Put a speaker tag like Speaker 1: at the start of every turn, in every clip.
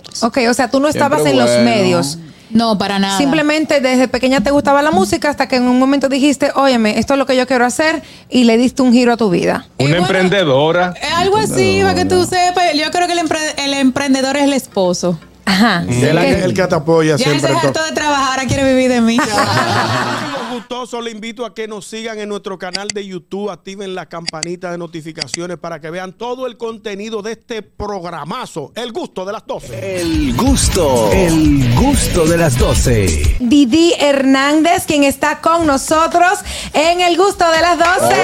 Speaker 1: medios.
Speaker 2: Ok, o sea, tú no
Speaker 1: Siempre
Speaker 2: estabas en los
Speaker 1: bueno.
Speaker 2: medios.
Speaker 3: No, para nada.
Speaker 2: Simplemente desde pequeña te gustaba la música hasta que en un momento dijiste, óyeme, esto es lo que yo quiero hacer y le diste un giro a tu vida.
Speaker 3: Y
Speaker 4: Una
Speaker 3: Eh, bueno,
Speaker 4: emprendedora.
Speaker 3: Eh, Algo así, para que tú sepas. Yo creo que el, empre- el emprendedor es el esposo.
Speaker 2: Ajá.
Speaker 5: Él es el Mm. que te apoya
Speaker 3: Ya él se
Speaker 5: siempre. en todo.
Speaker 3: hartó de trabajar, ahora quiere vivir de mí.
Speaker 6: Amigos gustosos, le invito a que nos sigan en nuestro canal de YouTube, activen la campanita de notificaciones para que vean todo el contenido de este programazo, El Gusto de las 12.
Speaker 7: El gusto, el gusto de las 12.
Speaker 2: Didi Hernández, quien está con nosotros en el gusto de las 12.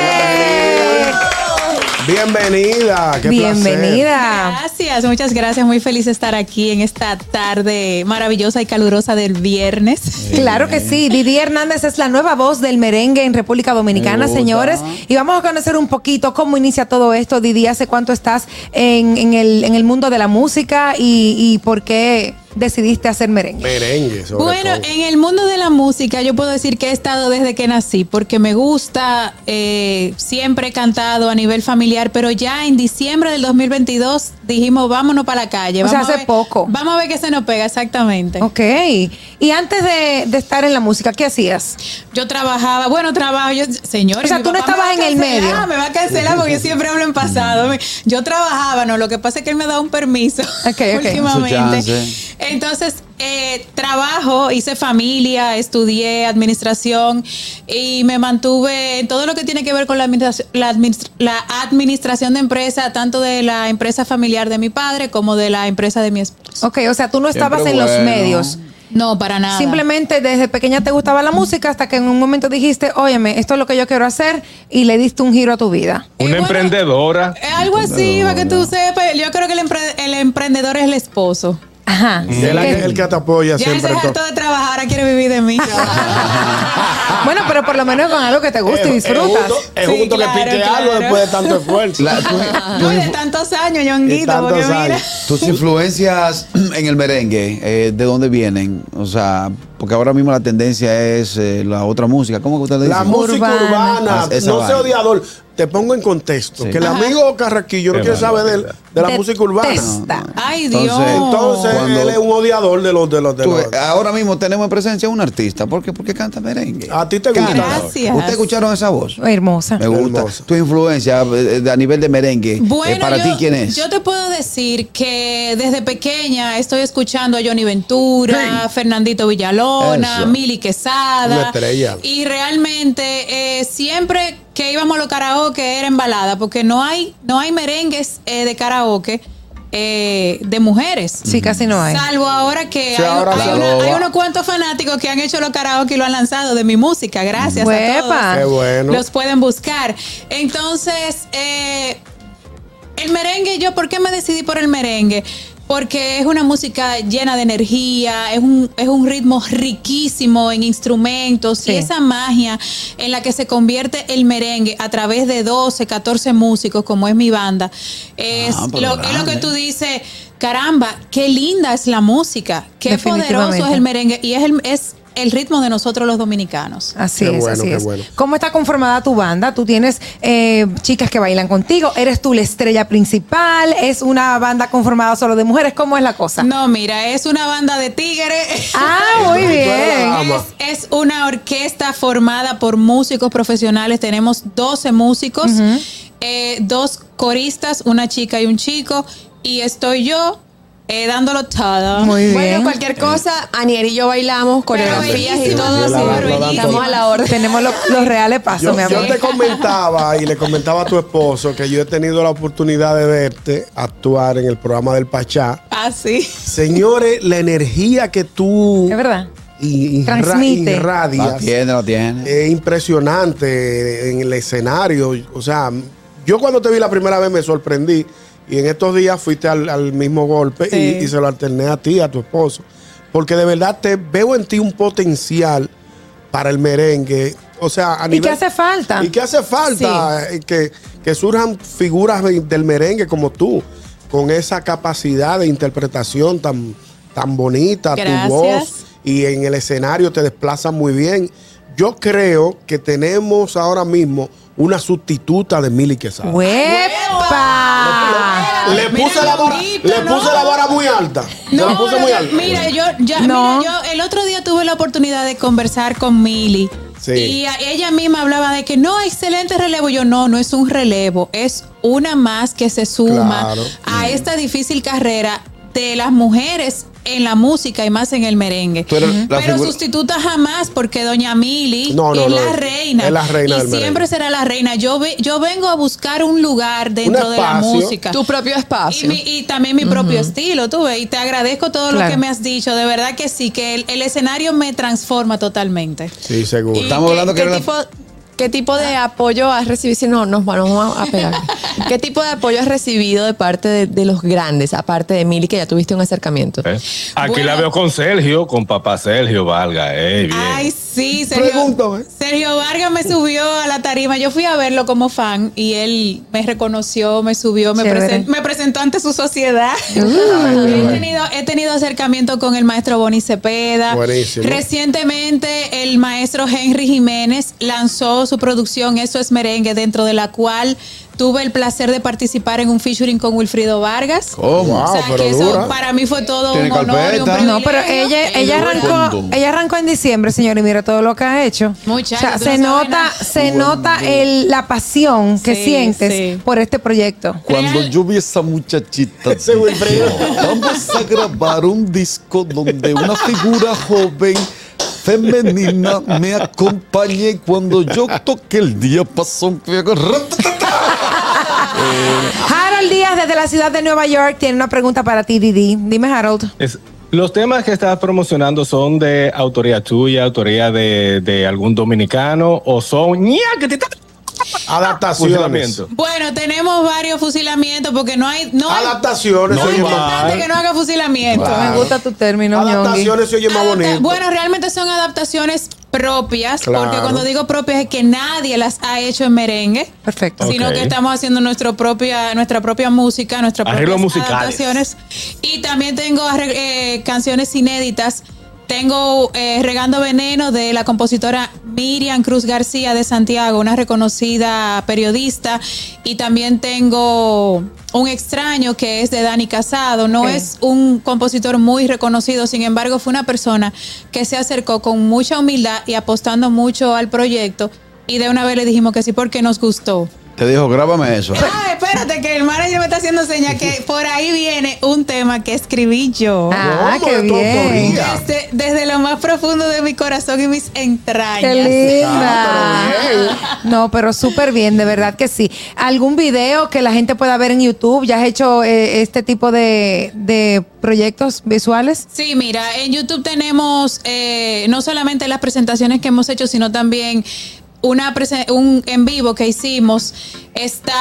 Speaker 5: Bienvenida. Qué placer.
Speaker 2: Bienvenida.
Speaker 3: Gracias, muchas gracias. Muy feliz de estar aquí en esta tarde maravillosa y calurosa del viernes.
Speaker 2: Claro que sí, Didi Hernández es la nueva voz del merengue en República Dominicana,
Speaker 1: Me gusta.
Speaker 2: señores. Y vamos a conocer un poquito cómo inicia todo esto, Didi, hace cuánto estás en, en el, en el mundo de la música y, y por qué decidiste hacer merengue.
Speaker 5: Merengue, sobre
Speaker 3: Bueno,
Speaker 5: todo.
Speaker 3: en el mundo de la música yo puedo decir que he estado desde que nací, porque me gusta, eh, siempre he cantado a nivel familiar, pero ya en diciembre del 2022 dijimos vámonos para la calle.
Speaker 2: O sea,
Speaker 3: vamos a
Speaker 2: hace
Speaker 3: ver-
Speaker 2: poco.
Speaker 3: Vamos a ver qué se nos pega exactamente.
Speaker 2: Ok. Y antes de, de estar en la música, ¿qué hacías?
Speaker 3: Yo trabajaba, bueno, trabajo, yo, señores.
Speaker 2: O sea,
Speaker 3: mi
Speaker 2: tú no
Speaker 3: papá me
Speaker 2: estabas
Speaker 3: va a
Speaker 2: en el
Speaker 3: cancelar,
Speaker 2: medio.
Speaker 3: Me va a cancelar porque yo siempre hablo en pasado. Me- Yo trabajaba, no, lo que pasa es que él me da un permiso
Speaker 2: ok.
Speaker 1: Su
Speaker 3: últimamente.
Speaker 1: chance.
Speaker 3: Entonces, eh, trabajo, hice familia, estudié administración y me mantuve en todo lo que tiene que ver con la, administra- la administra- la administración de empresa, tanto de la empresa familiar de mi padre como de la empresa de mi esposo.
Speaker 2: Ok, o sea, tú no
Speaker 1: Siempre
Speaker 2: estabas en los
Speaker 1: bueno.
Speaker 2: medios.
Speaker 3: No, para nada.
Speaker 2: Simplemente desde pequeña te gustaba la música hasta que en un momento dijiste, óyeme, esto es lo que yo quiero hacer y le diste un giro a tu vida.
Speaker 3: Y bueno,
Speaker 4: Una emprendedora.
Speaker 3: Eh, Algo así, para que tú sepas. Yo creo que el, empre- el emprendedor es el esposo.
Speaker 2: Ajá.
Speaker 5: Él
Speaker 2: ¿Qué?
Speaker 5: es el que te apoya
Speaker 3: Ya él se
Speaker 5: siempre. en todo.
Speaker 3: hartó de trabajar, ahora quiere vivir de mí.
Speaker 2: Bueno, pero por lo menos con algo que te gusta y
Speaker 5: Es- es
Speaker 2: disfrutas.
Speaker 5: justo- Es
Speaker 3: Sí,
Speaker 5: justo que
Speaker 3: claro,
Speaker 5: pique
Speaker 3: claro.
Speaker 5: algo después de tanto esfuerzo.
Speaker 1: La- tú-
Speaker 3: No, y de tantos años, Ñonguito,
Speaker 5: tantos
Speaker 3: porque mira.
Speaker 5: años.
Speaker 1: tus influencias en el merengue, eh, ¿de dónde vienen? O sea, porque ahora mismo la tendencia es eh, la otra música. ¿Cómo que usted le dice?
Speaker 5: La música
Speaker 2: Urbana.
Speaker 5: urbana,
Speaker 1: Ah, esa
Speaker 5: no sea
Speaker 1: vaina.
Speaker 5: odiador. Te pongo en contexto,
Speaker 1: Sí.
Speaker 5: que el amigo Carraquillo no
Speaker 4: Qué
Speaker 5: quiere saber de, de la música urbana.
Speaker 2: Detesta.
Speaker 3: Ay, Dios.
Speaker 1: Entonces-
Speaker 5: Entonces,
Speaker 1: Cuando-
Speaker 5: él es un odiador de los de los de
Speaker 1: Tú,
Speaker 5: los.
Speaker 1: eh, ahora mismo tenemos en presencia a un artista. ¿Por qué? Porque canta merengue.
Speaker 5: A ti te gusta.
Speaker 3: Gracias.
Speaker 1: ¿Ustedes escucharon esa voz?
Speaker 2: Hermosa.
Speaker 1: Me gusta.
Speaker 5: Hermosa.
Speaker 1: Tu influencia eh, de- a nivel de merengue. eh,
Speaker 3: Bueno,
Speaker 1: ¿Para
Speaker 3: yo,
Speaker 1: ti quién es?
Speaker 3: yo te puedo decir que desde pequeña estoy escuchando a Johnny Ventura, Fernandito Villalona,
Speaker 1: Eso.
Speaker 3: Mili Quesada.
Speaker 5: Una estrella.
Speaker 3: Y realmente eh, siempre que íbamos a los karaoke era en balada, porque no hay, no hay merengues eh, de karaoke eh, de mujeres.
Speaker 2: Sí, casi no hay.
Speaker 3: Salvo ahora que
Speaker 5: Sí,
Speaker 3: hay,
Speaker 5: ahora
Speaker 3: hay
Speaker 5: se
Speaker 3: una-
Speaker 5: roba.
Speaker 3: hay unos cuantos fanáticos que han hecho los karaoke y lo han lanzado de mi música. Gracias a todos.
Speaker 2: Uepa.
Speaker 5: Qué bueno.
Speaker 3: Los pueden buscar. Entonces, eh, el merengue, yo, ¿por qué me decidí por el merengue? Porque es una música llena de energía, es un, es un ritmo riquísimo en instrumentos
Speaker 2: Sí.
Speaker 3: y esa magia en la que se convierte el merengue a través de 12, 14 músicos, como es mi banda, es,
Speaker 1: Ah, pero
Speaker 3: lo, es lo que
Speaker 1: grande.
Speaker 3: tú dices, caramba, qué linda es la música, qué poderoso
Speaker 2: Definitivamente.
Speaker 3: es el merengue y es el, es el ritmo de nosotros los dominicanos.
Speaker 2: Así
Speaker 5: Qué
Speaker 2: es,
Speaker 5: bueno,
Speaker 2: así
Speaker 5: qué
Speaker 2: es.
Speaker 5: bueno.
Speaker 2: ¿Cómo está conformada tu banda? Tú tienes eh, chicas que bailan contigo, eres tú la estrella principal, es una banda conformada solo de mujeres, ¿cómo es la cosa?
Speaker 3: No, mira, es una banda de tigres.
Speaker 2: Ah, muy bien.
Speaker 5: ama.
Speaker 3: Es, es una orquesta formada por músicos profesionales. Tenemos 12 músicos, eh, dos coristas, una chica y un chico. Y estoy yo eh, dándolo todo.
Speaker 2: Muy
Speaker 8: Bueno,
Speaker 2: bien.
Speaker 8: cualquier cosa, Aniel y yo bailamos coreografías y
Speaker 3: bellísimo,
Speaker 8: todo
Speaker 5: sí, la-
Speaker 8: así.
Speaker 5: la- la-
Speaker 8: Estamos a la orden.
Speaker 2: Tenemos lo- los reales pasos,
Speaker 5: pues, Yo,
Speaker 2: mi
Speaker 5: yo
Speaker 2: amor.
Speaker 5: te comentaba y le comentaba a tu esposo que yo he tenido la oportunidad de verte actuar en el programa del Pachá.
Speaker 3: Así.
Speaker 5: Señores, la energía que tú
Speaker 2: Es verdad.
Speaker 5: i- irra-
Speaker 2: Transmite.
Speaker 1: La
Speaker 5: irradias
Speaker 1: tiene, la tiene.
Speaker 5: es impresionante en el escenario. O sea, yo cuando te vi la primera vez me sorprendí y en estos días fuiste al, al mismo golpe y- y,
Speaker 3: Sí.
Speaker 5: se lo alterné a ti, a tu esposo. Porque de verdad te veo en ti un potencial para el merengue. O sea, a
Speaker 2: ¿Y
Speaker 5: nivel...
Speaker 2: qué hace falta?
Speaker 5: Y que hace falta eh, que, que surjan figuras de- del merengue como tú, con esa capacidad de interpretación tan, tan bonita,
Speaker 3: Gracias.
Speaker 5: tu voz, y en el escenario te desplazas muy bien. Yo creo que tenemos ahora mismo una sustituta de Mili Quesada.
Speaker 2: ¡Huepa!
Speaker 3: Mira,
Speaker 5: Le
Speaker 3: Ah.
Speaker 5: puse la vara,
Speaker 3: Ñonguito.
Speaker 5: Le
Speaker 3: no.
Speaker 5: puse la vara muy alta. Se la puse
Speaker 3: pero
Speaker 5: muy
Speaker 3: yo-
Speaker 5: alta.
Speaker 3: Mira, yo ya,
Speaker 2: No.
Speaker 3: mira, yo el otro día tuve la oportunidad de conversar con Mili.
Speaker 5: Sí.
Speaker 3: Y a- ella misma hablaba de que no, excelente relevo. Yo no, no es un relevo, es una más que se suma
Speaker 5: Claro. Mm.
Speaker 3: a esta difícil carrera de las mujeres en la música y más en el merengue.
Speaker 1: Tú eres la
Speaker 3: Pero
Speaker 1: figura-
Speaker 3: sustituta jamás porque doña Mili
Speaker 5: No, no,
Speaker 3: es
Speaker 5: no,
Speaker 3: la reina.
Speaker 5: es la reina
Speaker 3: y
Speaker 5: del
Speaker 3: siempre
Speaker 5: merengue.
Speaker 3: será la reina. Yo, ve- yo vengo a buscar un lugar dentro de la
Speaker 5: espacio.
Speaker 3: música.
Speaker 8: Tu propio
Speaker 3: Y,
Speaker 8: espacio.
Speaker 3: mi- y también mi propio estilo, tú ves. Y te agradezco todo lo
Speaker 2: Claro.
Speaker 3: que me has dicho. De verdad que sí, que el, el escenario me transforma totalmente.
Speaker 5: Sí, seguro.
Speaker 3: Y
Speaker 1: Estamos
Speaker 3: qué-
Speaker 1: hablando que
Speaker 3: qué
Speaker 1: era la-
Speaker 3: tipo-
Speaker 8: ¿Qué tipo de apoyo has recibido? Si no, nos vamos a pegar. ¿Qué tipo de apoyo has recibido de parte de, de los grandes, aparte de Mili, que ya tuviste un acercamiento?
Speaker 4: ¿Eh? Aquí
Speaker 3: Bueno.
Speaker 4: la veo con Sergio, con papá Sergio Valga. eh, bien.
Speaker 3: Ay, sí, Sergio.
Speaker 5: Pregúntame.
Speaker 3: Sergio Vargas me subió a la tarima. Yo fui a verlo como fan y él me reconoció, me subió, me,
Speaker 2: Chévere. Uh.
Speaker 3: presen- me presentó ante su sociedad. he, tenido, he tenido acercamiento con el maestro Bonnie Cepeda.
Speaker 5: Buenísimo.
Speaker 3: Recientemente el maestro Henry Jiménez lanzó su producción Eso es merengue, dentro de la cual tuve el placer de participar en un featuring con Wilfrido Vargas.
Speaker 1: ¿Cómo?
Speaker 5: Wow,
Speaker 3: o sea,
Speaker 5: pero
Speaker 3: que eso
Speaker 5: dura.
Speaker 3: para mí fue todo
Speaker 1: Oh, Tiene
Speaker 3: un honor y un
Speaker 1: carpeta.
Speaker 2: No, pero
Speaker 3: privilegio.
Speaker 2: ella, ella arrancó,
Speaker 1: Condón.
Speaker 2: ella arrancó en diciembre, señor, y mira todo lo que ha hecho.
Speaker 3: Muchacha,
Speaker 2: o sea,
Speaker 3: tú
Speaker 2: se
Speaker 3: no sabes
Speaker 2: nota,
Speaker 3: nada.
Speaker 2: se nota el, la pasión que
Speaker 3: Sí,
Speaker 2: sientes
Speaker 3: sí.
Speaker 2: por este proyecto.
Speaker 9: Cuando
Speaker 3: Real.
Speaker 9: yo vi a esa muchachita,
Speaker 5: Ese
Speaker 9: dije,
Speaker 5: Wilfredo.
Speaker 9: vamos a grabar un disco donde una figura joven femenina me acompañe y cuando yo toque el día pasó un fuego.
Speaker 2: Harold Díaz desde la ciudad de Nueva York tiene una pregunta para ti, Didi. Dime, Harold.
Speaker 4: Es- los temas que estás promocionando son de autoría tuya, autoría de, de algún dominicano o son ñaquitita-
Speaker 5: Adaptaciones.
Speaker 4: fusilamiento.
Speaker 3: Bueno, tenemos varios fusilamientos porque no hay. No hay-
Speaker 5: Adaptaciones,
Speaker 3: no
Speaker 5: se
Speaker 3: hay eh.
Speaker 5: oye más.
Speaker 3: cantante que no haga fusilamiento.
Speaker 2: Me gusta tu término, Ñongui.
Speaker 5: Adaptaciones se oye más
Speaker 3: Adapta-
Speaker 5: bonito.
Speaker 3: Bueno, realmente son adaptaciones propias, porque
Speaker 5: Claro.
Speaker 3: cuando digo propias es que nadie las ha hecho en merengue,
Speaker 2: Perfecto.
Speaker 4: Ok.
Speaker 3: sino que estamos haciendo nuestro propia, nuestra propia música, nuestras
Speaker 4: Arreglos
Speaker 3: propias
Speaker 4: musicales.
Speaker 3: adaptaciones. Y también tengo arreg- eh, canciones inéditas. Tengo eh, Regando Veneno de la compositora Miriam Cruz García de Santiago, una reconocida periodista. Y también tengo Un extraño que es de Dani Casado. No
Speaker 2: Ok.
Speaker 3: es un compositor muy reconocido, sin embargo fue una persona que se acercó con mucha humildad y apostando mucho al proyecto. Y de una vez le dijimos que sí porque nos gustó.
Speaker 1: Te dijo, grábame eso.
Speaker 3: Ah, espérate, que el manager me está haciendo señas que por ahí viene un tema que escribí yo.
Speaker 2: Ah,
Speaker 5: ¿Cómo
Speaker 2: qué
Speaker 5: de tu
Speaker 2: bien.
Speaker 5: autoría?
Speaker 3: Desde, desde lo más profundo de mi corazón y mis entrañas.
Speaker 2: Qué
Speaker 5: Ah, pero bien.
Speaker 2: linda. No, pero súper bien, de verdad que sí. ¿Algún video que la gente pueda ver en YouTube? ¿Ya has hecho eh, este tipo de, de proyectos visuales?
Speaker 3: Sí, mira, en YouTube tenemos eh, no solamente las presentaciones que hemos hecho, sino también una prese- un en vivo que hicimos. Está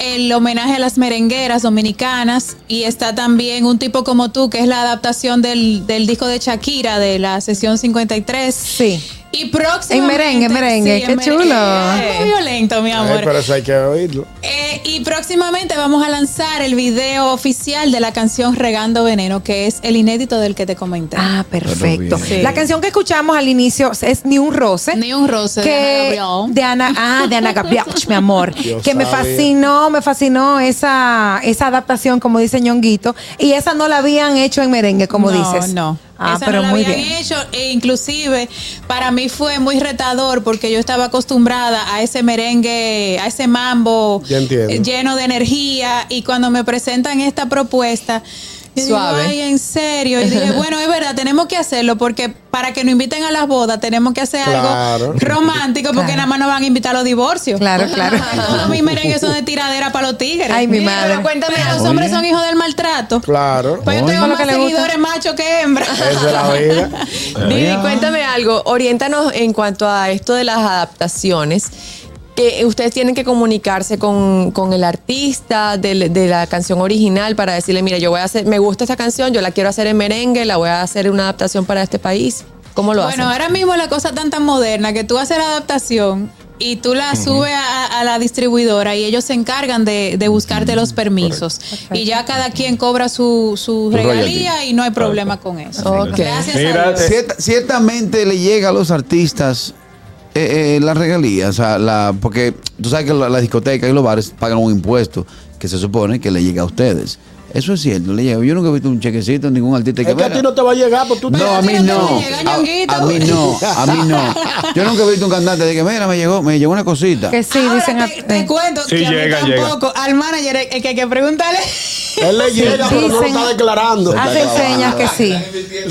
Speaker 3: el homenaje a las merengueras dominicanas y está también un tipo como tú, que es la adaptación del, del disco de Shakira de la sesión 53.
Speaker 2: Sí.
Speaker 3: Y próximamente.
Speaker 2: En merengue, merengue, qué
Speaker 3: merengue.
Speaker 2: chulo.
Speaker 3: Ay, violento, mi
Speaker 5: Ay,
Speaker 3: amor.
Speaker 5: pero eso hay que oírlo.
Speaker 3: Eh, y próximamente vamos a lanzar el video oficial de la canción Regando Veneno, que es el inédito del que te comenté.
Speaker 2: Ah, perfecto.
Speaker 1: Pero
Speaker 3: bien.
Speaker 2: La
Speaker 3: Sí.
Speaker 2: canción que escuchamos al inicio es Ni un roce.
Speaker 3: Ni un roce de
Speaker 2: que
Speaker 3: Ana Gabriel.
Speaker 2: de Ana ah de Ana Gabriel mi amor
Speaker 5: Yo
Speaker 2: que me
Speaker 5: sabía.
Speaker 2: fascinó me fascinó esa esa adaptación como dice Ñonguito y esa no la habían hecho en merengue como
Speaker 3: No,
Speaker 2: dices
Speaker 3: No,
Speaker 2: ah
Speaker 3: Esa
Speaker 2: pero
Speaker 3: no la
Speaker 2: muy
Speaker 3: habían
Speaker 2: bien
Speaker 3: hecho e inclusive para mí fue muy retador porque yo estaba acostumbrada a ese merengue, a ese mambo
Speaker 5: Ya entiendo.
Speaker 3: eh, lleno de energía y cuando me presentan esta propuesta yo digo,
Speaker 8: Suave.
Speaker 3: "Ay, en serio. Y dije, bueno, es verdad, tenemos que hacerlo porque para que nos inviten a las bodas tenemos que hacer algo
Speaker 5: Claro.
Speaker 3: romántico porque
Speaker 2: Claro.
Speaker 3: nada más nos van a invitar a los divorcios.
Speaker 2: claro claro
Speaker 3: Todos mis merengues son de tiradera para los tigres.
Speaker 2: Ay, mi
Speaker 3: Mira,
Speaker 2: madre.
Speaker 3: pero cuéntame, los hombres son hijos del maltrato.
Speaker 5: Claro.
Speaker 3: Pues yo
Speaker 2: Eso
Speaker 3: tengo
Speaker 2: es lo
Speaker 3: más
Speaker 2: que le gusta.
Speaker 3: seguidores macho que hembra.
Speaker 5: Esa es la vida.
Speaker 8: Didi, cuéntame algo. Oriéntanos en cuanto a esto de las adaptaciones. Que ustedes tienen que comunicarse con, con el artista del- de, la canción original para decirle, mira, yo voy a hacer, me gusta esta canción, yo la quiero hacer en merengue, la voy a hacer una adaptación para este país. ¿Cómo lo
Speaker 3: Bueno,
Speaker 8: hacen?
Speaker 3: ahora mismo la cosa tan tan moderna que tú haces la adaptación y tú la subes a, a la distribuidora y ellos se encargan de, de buscarte los permisos. Y ya cada quien cobra su, su regalía y no hay problema con eso.
Speaker 8: Ok.
Speaker 3: Gracias a
Speaker 4: Mira,
Speaker 3: Dios.
Speaker 4: eh,
Speaker 1: Cierta- ciertamente le llega a los artistas eh, eh, la regalía, o sea, la, porque tú sabes que la- las discotecas y los bares pagan un impuesto que se supone que le llega a ustedes. Eso es cierto, le llegó. Yo nunca he visto un chequecito, ningún artista que
Speaker 5: Es que a
Speaker 1: "Mira,
Speaker 5: ti no te va a llegar, pues tú
Speaker 1: no, a mí
Speaker 3: Pero si no te
Speaker 1: no.
Speaker 3: llega,
Speaker 1: A,
Speaker 3: ñonguito.
Speaker 1: a mí no, a mí no. Yo nunca he visto un cantante de que, mira, me llegó, me llegó una cosita.
Speaker 2: Que sí,
Speaker 3: Ahora
Speaker 2: dicen. eh.
Speaker 3: te, te cuento
Speaker 4: Sí,
Speaker 3: que a mí
Speaker 4: llega, llega.
Speaker 3: tampoco. Al manager eh, que hay que preguntarle.
Speaker 5: Él le llega, pero no lo
Speaker 2: dicen-
Speaker 5: está declarando.
Speaker 2: Hacen señas que Ah, sí.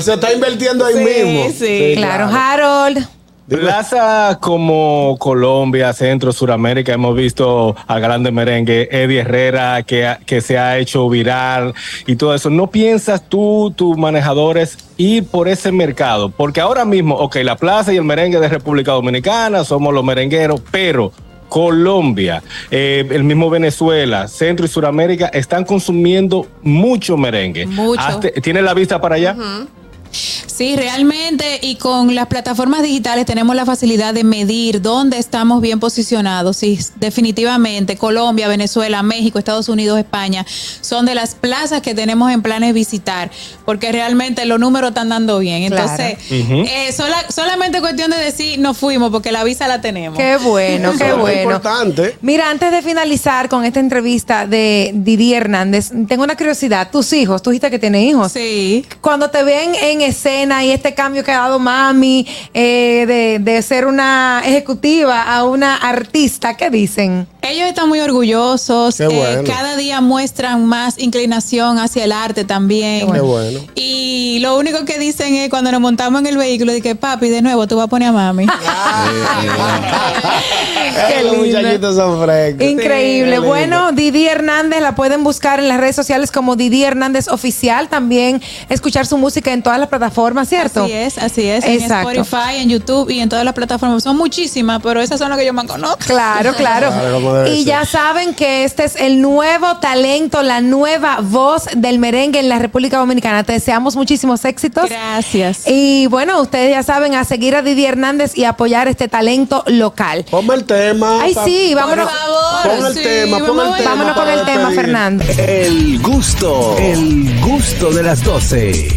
Speaker 5: Se está invirtiendo ahí
Speaker 3: Sí,
Speaker 5: mismo.
Speaker 3: sí. Claro.
Speaker 2: Claro, Harold.
Speaker 4: Plaza como Colombia, Centro, Suramérica, hemos visto a Grande Merengue, Eddie Herrera, que, ha- que se ha hecho viral y todo eso. ¿No piensas tú, tus manejadores, ir por ese mercado? Porque ahora mismo, ok, la plaza y el merengue de República Dominicana, somos los merengueros, pero Colombia, eh, el mismo Venezuela, Centro y Suramérica están consumiendo mucho merengue.
Speaker 3: Mucho.
Speaker 4: Hazte- ¿Tienes la vista para allá?
Speaker 3: Sí, realmente, y con las plataformas digitales tenemos la facilidad de medir dónde estamos bien posicionados. Sí, definitivamente, Colombia, Venezuela, México, Estados Unidos, España, son de las plazas que tenemos en planes visitar, porque realmente los números están dando bien.
Speaker 2: Claro.
Speaker 3: Entonces, eh, sola- solamente cuestión de decir, nos fuimos, porque la visa la tenemos.
Speaker 2: Qué bueno,
Speaker 5: Eso
Speaker 2: qué
Speaker 5: es lo
Speaker 2: bueno.
Speaker 5: importante.
Speaker 2: Mira, antes de finalizar con esta entrevista de Didi Hernández, tengo una curiosidad. Tus hijos, tú dijiste que tienes hijos.
Speaker 3: Sí.
Speaker 2: Cuando te ven en escena y este cambio que ha dado mami eh, de, de ser una ejecutiva a una artista, ¿qué dicen?
Speaker 3: Ellos están muy orgullosos,
Speaker 5: Qué
Speaker 3: eh,
Speaker 5: bueno.
Speaker 3: cada día muestran más inclinación hacia el arte también.
Speaker 5: Qué bueno.
Speaker 3: Y lo único que dicen es cuando nos montamos en el vehículo, de que papi, de nuevo, tú vas a poner a mami.
Speaker 5: Ay, los
Speaker 2: Ah, lindo.
Speaker 5: muchachitos son frescos.
Speaker 2: Increíble.
Speaker 5: Qué lindo.
Speaker 2: bueno, Didi Hernández la pueden buscar en las redes sociales como Didi Hernández Oficial. También escuchar su música en todas las plataformas, ¿cierto?
Speaker 3: Así es, así es.
Speaker 2: Exacto.
Speaker 3: En Spotify, en YouTube y en todas las plataformas. Son muchísimas, pero esas son las que yo más conozco.
Speaker 2: Claro, claro.
Speaker 5: Claro, como debe
Speaker 2: y
Speaker 5: ser.
Speaker 2: ya saben que este es el nuevo talento, la nueva voz del merengue en la República Dominicana. Te deseamos muchísimos éxitos.
Speaker 3: Gracias.
Speaker 2: Y bueno, ustedes ya saben a seguir a Didi Hernández y apoyar este talento local.
Speaker 5: Ponme el tema.
Speaker 2: Ay,
Speaker 5: pa-
Speaker 2: sí, vámonos.
Speaker 5: Pon el
Speaker 3: sí,
Speaker 5: tema, pon el
Speaker 3: vamos a
Speaker 5: tema.
Speaker 2: Vámonos con
Speaker 5: para
Speaker 2: el tema,
Speaker 5: despedir.
Speaker 2: Fernando.
Speaker 7: El gusto, el gusto de las 12.